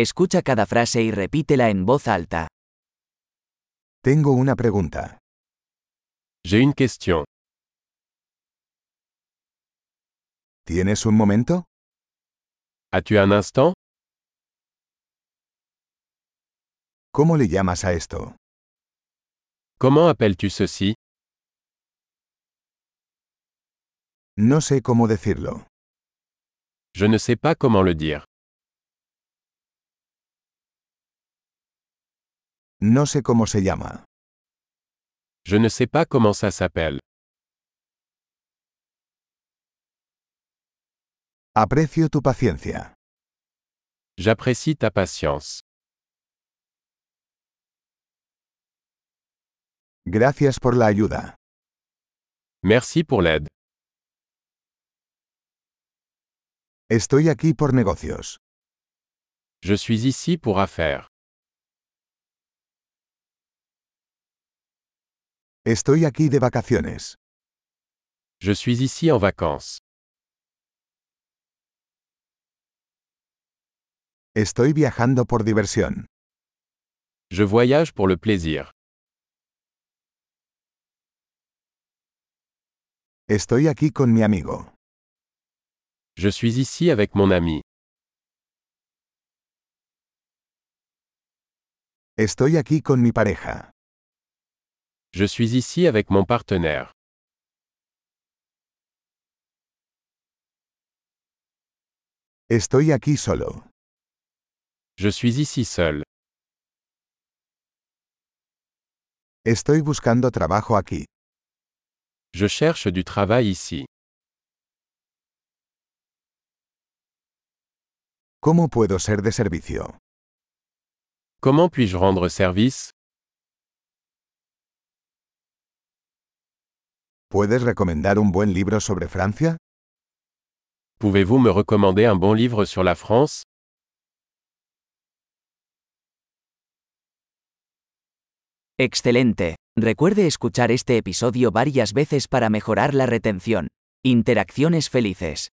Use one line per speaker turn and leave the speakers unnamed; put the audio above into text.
Escucha cada frase y repítela en voz alta.
Tengo una pregunta.
J'ai une question.
¿Tienes un momento?
As-tu un instant
¿Cómo le llamas a esto?
Comment appelles-tu ceci
No sé cómo decirlo.
Je ne sais pas comment le dire.
No sé cómo se llama.
Je ne sais pas comment ça s'appelle.
Aprecio tu paciencia.
J'apprécie ta patience.
Gracias por la ayuda.
Merci pour l'aide.
Estoy aquí por negocios.
Je suis ici pour affaires.
Estoy aquí de vacaciones.
Je suis ici en vacances.
Estoy viajando por diversión.
Je voyage pour le plaisir.
Estoy aquí con mi amigo.
Je suis ici avec mon ami.
Estoy aquí con mi pareja.
Je suis ici avec mon partenaire.
Estoy aquí solo.
Je suis ici seul.
Estoy buscando trabajo aquí.
Je cherche du travail ici.
¿Cómo puedo ser de servicio?
Comment puis-je rendre service
¿Puedes recomendar un buen libro sobre Francia?
Pouvez-vous me recommander un bon livre sur la France
Excelente. Recuerde escuchar este episodio varias veces para mejorar la retención. Interacciones felices.